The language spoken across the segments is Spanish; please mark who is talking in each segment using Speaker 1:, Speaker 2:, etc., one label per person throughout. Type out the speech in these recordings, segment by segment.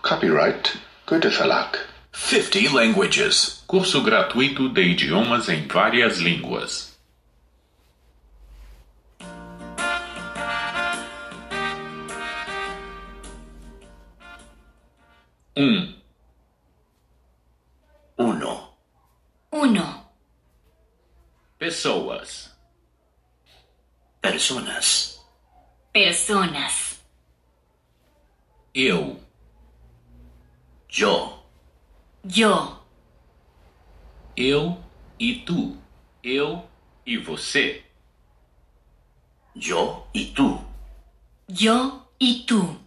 Speaker 1: Copyright Güteverlag.
Speaker 2: 50 languages.
Speaker 3: Curso gratuito de idiomas em várias línguas. Um,
Speaker 2: 1.
Speaker 4: 1.
Speaker 3: pessoas.
Speaker 2: Personas.
Speaker 4: Personas.
Speaker 3: Eu,
Speaker 2: Yo.
Speaker 4: Yo.
Speaker 3: eu e tu. Eu e você.
Speaker 2: Yo y tú.
Speaker 4: Yo y tú.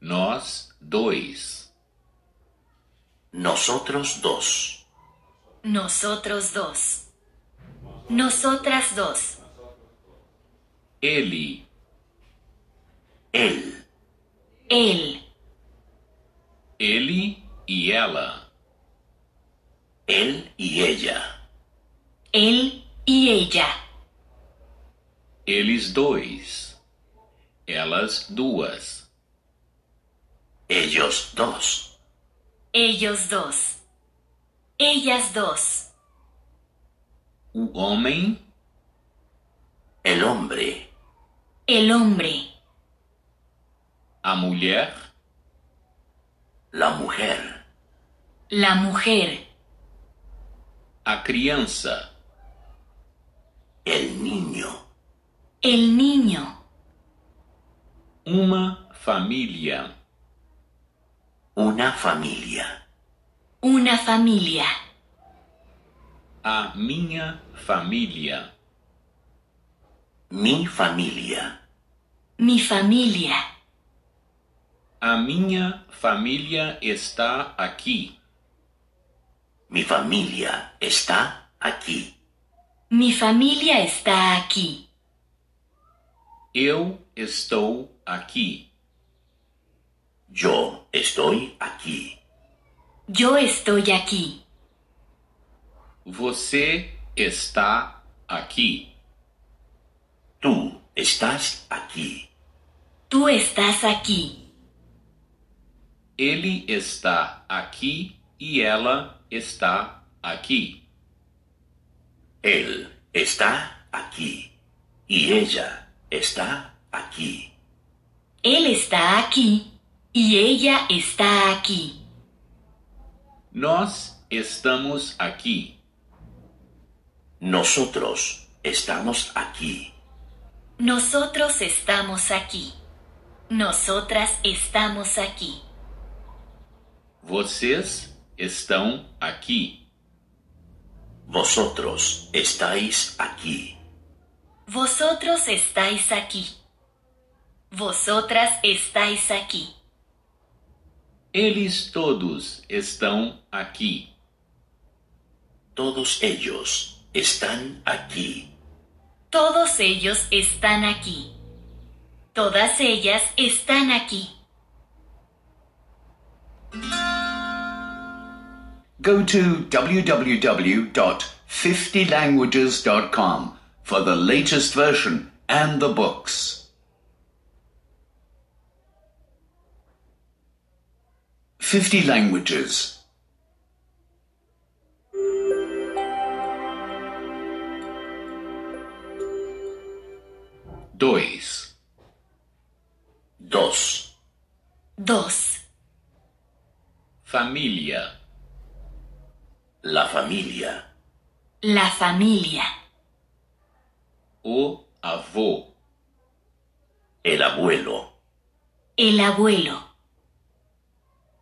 Speaker 3: Nós dois.
Speaker 2: Nosotros dos.
Speaker 4: Nosotros dos. Nosotras dos.
Speaker 3: Ele,
Speaker 2: Él.
Speaker 4: Él.
Speaker 3: ele e ela.
Speaker 2: Él y ella.
Speaker 4: Él y ella.
Speaker 3: Eles dois. Elas duas.
Speaker 2: Ellos dos.
Speaker 4: Ellos dos. Ellas dos.
Speaker 3: O homem,
Speaker 2: El hombre.
Speaker 4: El hombre.
Speaker 3: a mulher,
Speaker 2: La mujer.
Speaker 4: La mujer.
Speaker 3: a criança.
Speaker 2: El niño.
Speaker 4: El niño.
Speaker 3: Uma família.
Speaker 2: Una familia.
Speaker 4: Una familia.
Speaker 3: A minha família.
Speaker 2: Mi familia.
Speaker 4: Mi familia.
Speaker 3: A minha família está aqui.
Speaker 2: Mi familia está aquí.
Speaker 4: Mi familia está aquí.
Speaker 3: Eu estou aqui.
Speaker 2: Yo estoy aquí.
Speaker 4: Yo estoy aquí.
Speaker 3: Você está aqui.
Speaker 2: Tú estás aquí.
Speaker 4: Tú estás aquí.
Speaker 3: Ele está aqui e ela está aqui.
Speaker 2: Él está aquí. Y ella está aquí.
Speaker 4: Él está aquí. Y ella está aquí.
Speaker 3: Nós estamos aqui.
Speaker 2: Nosotros estamos aquí.
Speaker 4: Nosotros estamos aquí. Nosotras estamos aquí.
Speaker 3: Vocês estão aqui.
Speaker 2: Vosotros estáis aquí.
Speaker 4: Vosotros estáis aquí. Vosotras estáis aquí.
Speaker 3: Eles todos estão aqui.
Speaker 2: Todos ellos están aquí.
Speaker 4: Todos ellos están aquí. Todas ellas están aquí.
Speaker 5: go to www.50languages.com for the latest version and the books. 50 languages.
Speaker 3: Dois.
Speaker 2: Dos.
Speaker 4: 2.
Speaker 3: Família.
Speaker 2: La familia.
Speaker 4: La familia.
Speaker 3: O avô.
Speaker 2: El abuelo.
Speaker 4: El abuelo.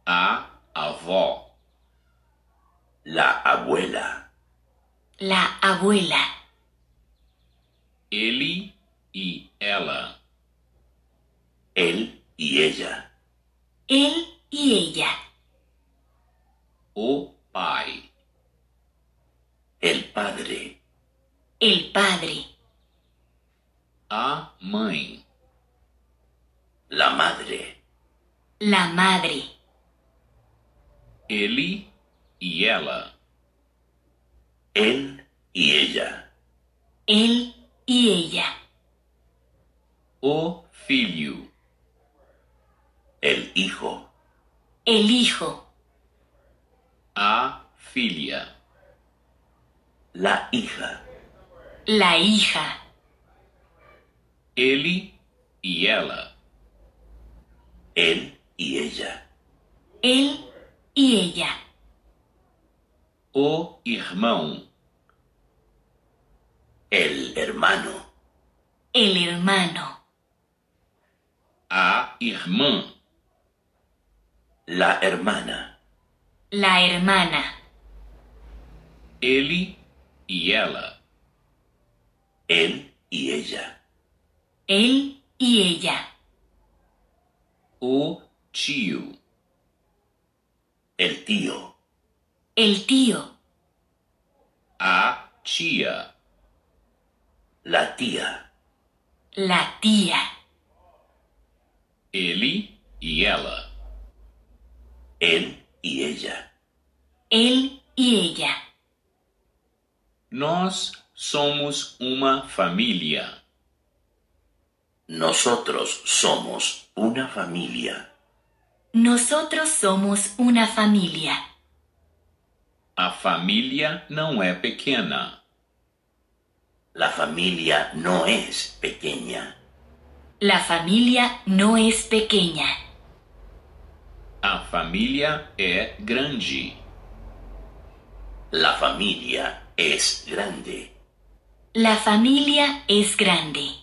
Speaker 3: A avó.
Speaker 2: La abuela.
Speaker 4: La abuela.
Speaker 3: Ele e ela.
Speaker 2: Él y ella.
Speaker 4: Él y ella.
Speaker 3: O pai.
Speaker 2: El padre.
Speaker 4: El padre.
Speaker 3: A mãe.
Speaker 2: La madre.
Speaker 4: La madre.
Speaker 3: Ele e ela.
Speaker 2: Él y ella.
Speaker 4: Él y ella.
Speaker 3: O filho.
Speaker 2: El hijo.
Speaker 4: El hijo.
Speaker 3: a filha,
Speaker 2: la hija,
Speaker 4: La hija.
Speaker 3: ele e ela,
Speaker 2: él y ella,
Speaker 4: Él y ella.
Speaker 3: o irmão,
Speaker 2: el hermano,
Speaker 4: El hermano.
Speaker 3: a irmã,
Speaker 2: la hermana,
Speaker 4: La hermana.
Speaker 3: ele e ela,
Speaker 2: él y ella,
Speaker 4: Él y ella.
Speaker 3: o tio,
Speaker 2: el tío,
Speaker 4: El tío.
Speaker 3: a tia,
Speaker 2: la tía,
Speaker 4: La tía.
Speaker 3: ele e ela,
Speaker 2: él y ella,
Speaker 4: Él y ella.
Speaker 3: nós somos uma família.
Speaker 2: nosotros somos una familia,
Speaker 4: Nosotros somos una familia.
Speaker 3: A família não é pequena.
Speaker 2: la familia no es pequeña,
Speaker 4: La familia no es pequeña.
Speaker 3: A família é grande.
Speaker 2: la familia es grande.
Speaker 4: La familia es grande.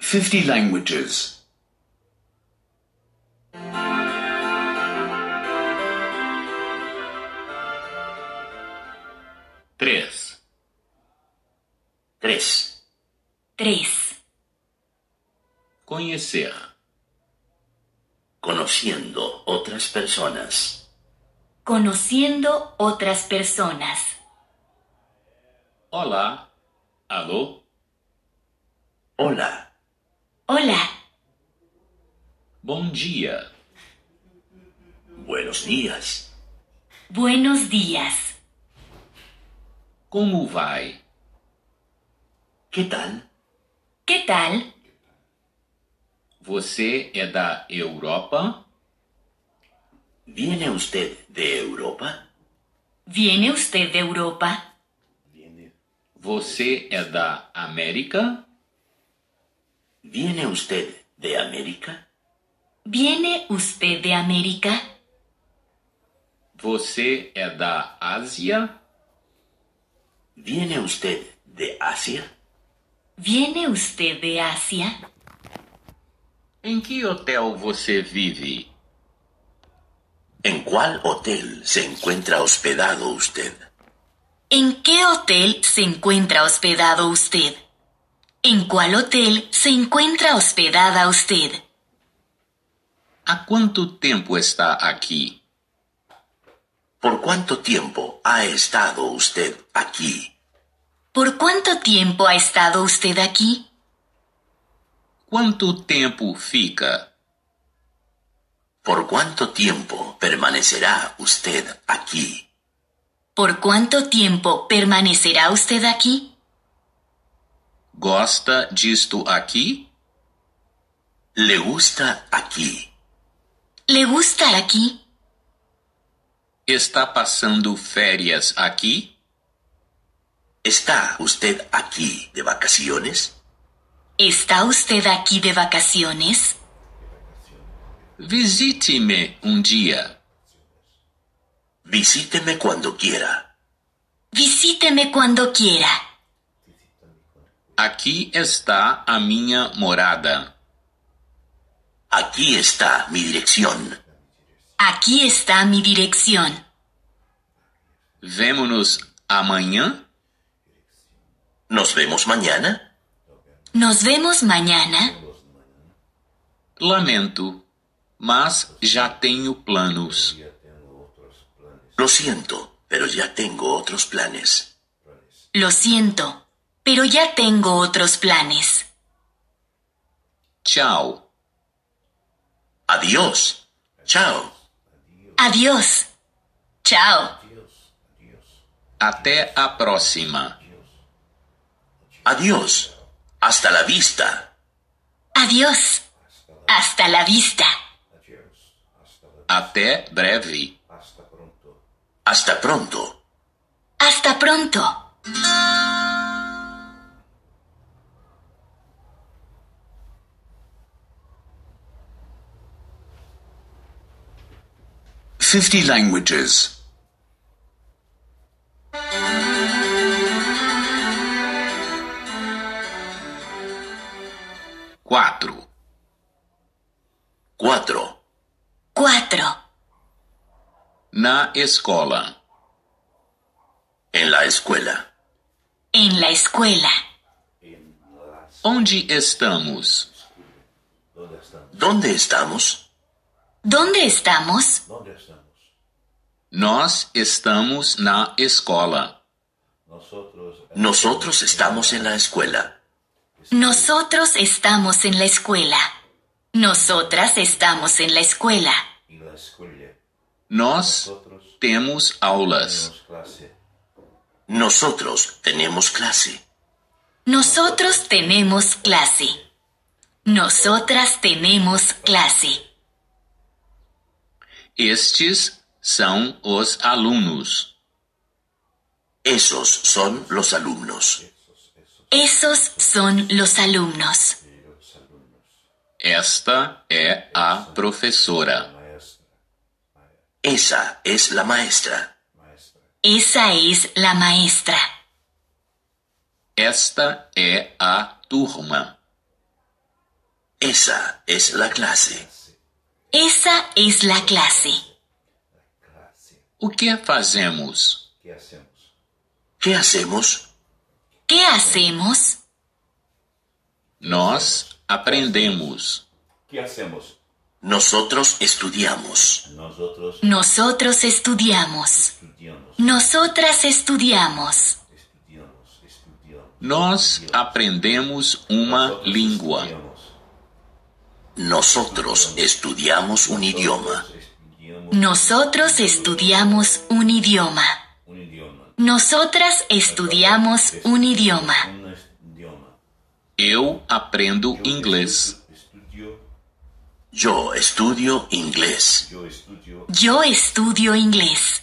Speaker 5: Fifty languages.
Speaker 3: 3.
Speaker 2: 3.
Speaker 4: 3.
Speaker 3: Conhecer.
Speaker 2: Conociendo otras personas.
Speaker 4: Conociendo otras personas.
Speaker 3: Olá. Alô.
Speaker 2: Hola.
Speaker 4: Hola.
Speaker 3: Bom dia.
Speaker 2: Buenos días.
Speaker 4: Buenos días.
Speaker 3: Como vai?
Speaker 2: ¿Qué tal?
Speaker 4: ¿Qué tal?
Speaker 3: Você é da Europa?
Speaker 2: ¿Viene usted de Europa?
Speaker 4: ¿Viene usted de Europa?
Speaker 3: Você é da América?
Speaker 2: ¿Viene usted de América?
Speaker 4: ¿Viene usted de América?
Speaker 3: Você é da Ásia?
Speaker 2: ¿Viene usted de Asia?
Speaker 4: ¿Viene usted de Asia?
Speaker 3: Em que hotel você vive?
Speaker 2: ¿En cuál hotel se encuentra hospedado usted?
Speaker 4: ¿En qué hotel se encuentra hospedado usted? ¿En cuál hotel se encuentra hospedada usted?
Speaker 3: Há quanto tempo está aqui?
Speaker 2: ¿Por cuánto tiempo ha estado usted aquí?
Speaker 4: ¿Por cuánto tiempo ha estado usted aquí?
Speaker 3: Quanto tempo fica?
Speaker 2: ¿Por cuánto tiempo permanecerá usted aquí?
Speaker 4: ¿Por cuánto tiempo permanecerá usted aquí?
Speaker 3: Gosta disto aqui?
Speaker 2: ¿Le gusta aquí?
Speaker 4: ¿Le gusta aquí?
Speaker 3: Está passando férias aqui?
Speaker 2: ¿Está usted aquí de vacaciones?
Speaker 4: ¿Está usted aquí de vacaciones?
Speaker 3: Visite-me um dia.
Speaker 2: Visíteme cuando quiera.
Speaker 4: Visíteme cuando quiera.
Speaker 3: Aqui está a minha morada.
Speaker 2: Aquí está mi dirección.
Speaker 4: Aquí está mi dirección.
Speaker 3: Vemo-nos amanhã?
Speaker 2: ¿Nos vemos mañana?
Speaker 4: Nos vemos mañana.
Speaker 3: Lamento, mas já tenho planos.
Speaker 2: Lo siento, pero ya tengo otros planes.
Speaker 4: Lo siento, pero ya tengo otros planes.
Speaker 3: Tchau.
Speaker 2: Adiós. Chao.
Speaker 4: Adiós. Chao.
Speaker 6: Até a próxima.
Speaker 2: Adiós. Hasta la vista.
Speaker 4: Adiós. Hasta la vista.
Speaker 6: Até breve.
Speaker 2: Hasta pronto.
Speaker 4: Hasta pronto.
Speaker 5: Fifty languages.
Speaker 6: 4.
Speaker 2: 4.
Speaker 4: 4.
Speaker 6: Na escola.
Speaker 2: En la escuela.
Speaker 4: En la escuela.
Speaker 6: Onde estamos?
Speaker 2: ¿Dónde estamos?
Speaker 4: ¿Dónde estamos?
Speaker 6: Nós estamos na escola.
Speaker 2: Nosotros estamos en la escuela.
Speaker 4: Nosotros estamos en la escuela. Nosotras estamos en la escuela.
Speaker 6: Nós temos aulas.
Speaker 2: Nosotros tenemos clase.
Speaker 4: Nosotros tenemos clase. Nosotras tenemos clase.
Speaker 6: Estes são os alunos.
Speaker 2: Esos son los alumnos.
Speaker 4: Esos son los alumnos.
Speaker 6: Esta é a professora.
Speaker 2: Esa es la maestra.
Speaker 4: Esa es la maestra.
Speaker 6: Esta é a turma.
Speaker 2: Esa es la clase.
Speaker 4: Esa es la clase.
Speaker 6: O que fazemos?
Speaker 2: ¿Qué hacemos?
Speaker 4: ¿Qué hacemos?
Speaker 6: Nós aprendemos.
Speaker 3: que hacemos?
Speaker 2: Nosotros estudiamos.
Speaker 4: Nosotros estudiamos. Nosotras estudiamos.
Speaker 6: Nós aprendemos uma língua.
Speaker 2: Nosotros estudiamos un idioma.
Speaker 4: Nosotros estudiamos un idioma. Nosotras estudiamos un idioma.
Speaker 6: Eu aprendo inglês.
Speaker 2: Yo estudio inglés.
Speaker 4: Yo estudio inglês.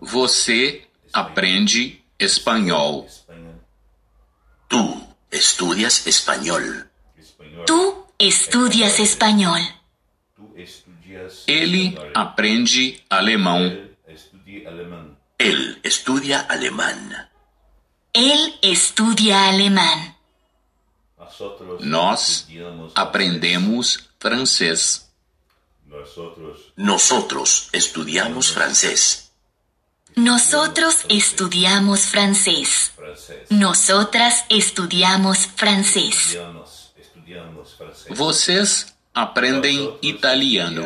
Speaker 6: Você aprende espanhol.
Speaker 2: Tú estudias español.
Speaker 4: Tú estudias español.
Speaker 6: Ele aprende alemão.
Speaker 2: Él estudia alemán.
Speaker 4: Él estudia alemán.
Speaker 6: Nós aprendemos francês.
Speaker 2: Nosotros estudiamos francés.
Speaker 4: Nosotros estudiamos francés. Nosotras estudiamos francés.
Speaker 6: Vocês aprendem italiano.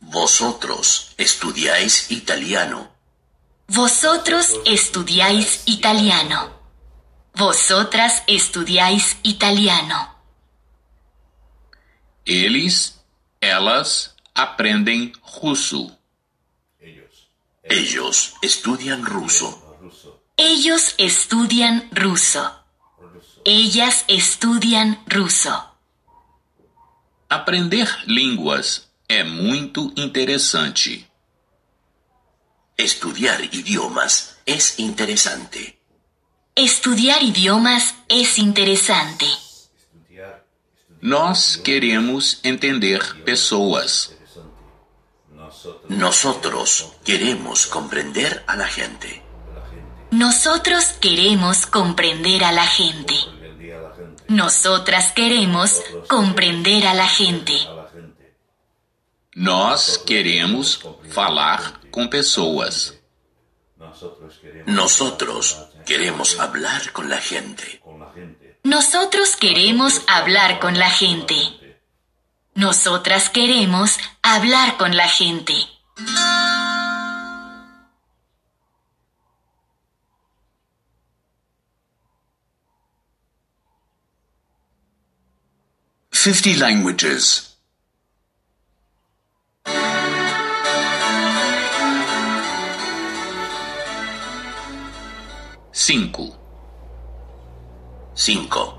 Speaker 2: Vosotros estudiáis italiano.
Speaker 4: Vosotros estudiáis italiano. Vosotras estudiáis italiano.
Speaker 6: Eles, elas aprendem russo.
Speaker 2: Ellos estudian ruso.
Speaker 4: Ellos estudian ruso. Ellas estudian ruso.
Speaker 6: Aprender línguas é muito interessante.
Speaker 2: Estudiar idiomas es interesante.
Speaker 4: Estudiar idiomas es interesante.
Speaker 6: Nós queremos entender pessoas.
Speaker 2: Nosotros queremos comprender a la gente.
Speaker 4: Nosotros queremos comprender a la gente. Nosotras queremos comprender a la gente.
Speaker 6: Nós queremos falar com pessoas.
Speaker 2: Nosotros queremos hablar con la gente.
Speaker 4: Nosotros queremos hablar con la gente. Nosotras queremos hablar con la gente.
Speaker 5: Fifty languages.
Speaker 6: 5.
Speaker 3: 5.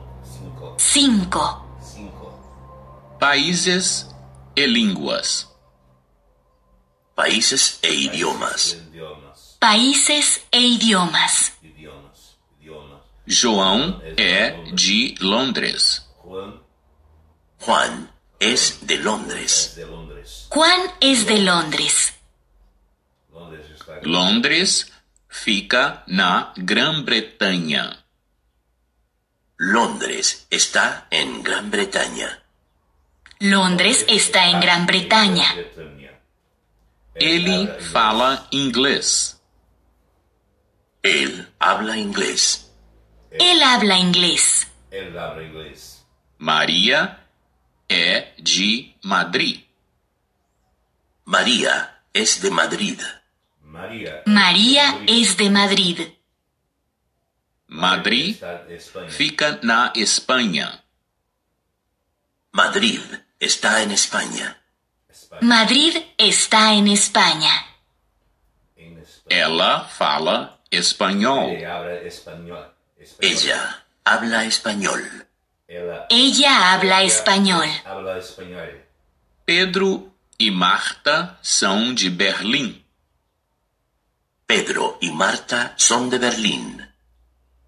Speaker 2: 5.
Speaker 4: 5.
Speaker 3: Países e línguas.
Speaker 2: Países e idiomas.
Speaker 4: Países e idiomas.
Speaker 3: João é de Londres.
Speaker 2: Juan es de Londres.
Speaker 4: Juan es de Londres.
Speaker 3: Londres fica na Grã-Bretanha.
Speaker 2: Londres está en Gran Bretaña.
Speaker 4: Londres está en Gran Bretaña.
Speaker 3: Ele fala inglês.
Speaker 2: Él habla inglés.
Speaker 4: Él habla inglês.
Speaker 3: Maria é de Madrid.
Speaker 2: María es de Madrid.
Speaker 4: María es de Madrid.
Speaker 3: Madrid fica na Espanha.
Speaker 2: Madrid está en España.
Speaker 4: Madrid está en España.
Speaker 3: Ela fala espanhol.
Speaker 2: Ella habla español.
Speaker 4: Ella habla español.
Speaker 3: Pedro e Marta são de Berlim.
Speaker 2: Pedro y Marta son de Berlín.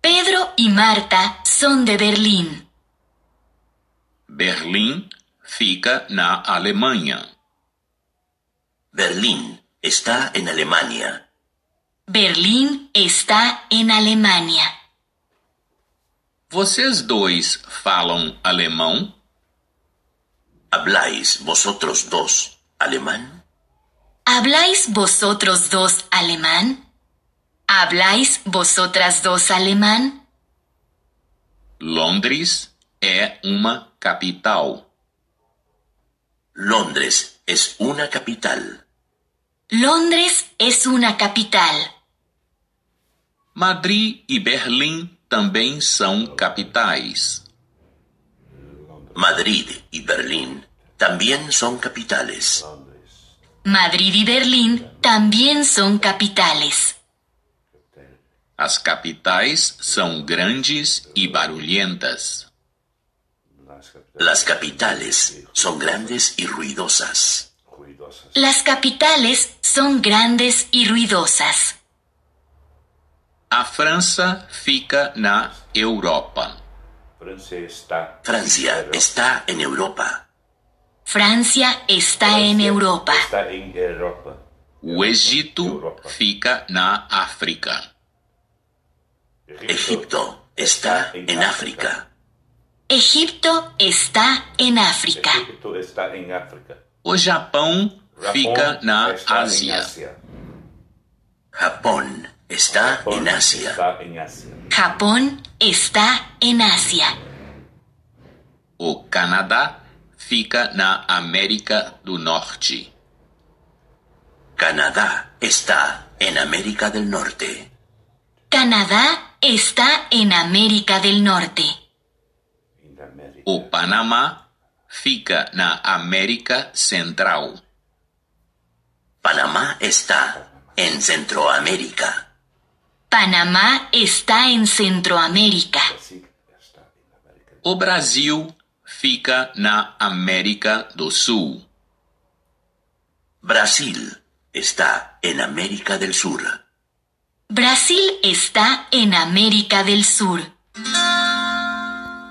Speaker 4: Pedro y Marta son de Berlín.
Speaker 3: Berlim fica na Alemanha.
Speaker 2: Berlín está en Alemania.
Speaker 4: Berlín está en Alemania.
Speaker 3: Vocês dois falam alemão?
Speaker 2: ¿Habláis vosotros dos alemán?
Speaker 4: ¿Habláis vosotros dos alemán? ¿Habláis vosotras dos alemán?
Speaker 3: Londres é uma capital.
Speaker 2: Londres es una capital.
Speaker 4: Londres es una capital.
Speaker 3: Madrid e Berlim também são capitais.
Speaker 2: Madrid y Berlín también son capitales.
Speaker 4: Madrid y Berlín también son capitales.
Speaker 3: As capitais são grandes e barulhentas.
Speaker 2: Las capitales son grandes y ruidosas.
Speaker 4: Las capitales son grandes y ruidosas.
Speaker 3: A França fica na Europa.
Speaker 2: Francia está en Europa.
Speaker 4: Francia está en Europa.
Speaker 3: O Egito fica na África.
Speaker 2: Egipto está en África.
Speaker 4: Egipto está en África.
Speaker 3: O Japão fica na
Speaker 6: é
Speaker 3: Ásia.
Speaker 2: Japón está Ah, en Asia.
Speaker 4: Japón está en Asia.
Speaker 3: O Canadá fica na América do Norte.
Speaker 2: Canadá está en América del Norte.
Speaker 4: Canadá está en América del Norte.
Speaker 3: O Panamá fica na América Central.
Speaker 2: Panamá está en Centroamérica.
Speaker 4: Panamá está en Centroamérica.
Speaker 3: O Brasil fica na América do Sul.
Speaker 2: Brasil está en América del Sur.
Speaker 4: Brasil está en América del Sur.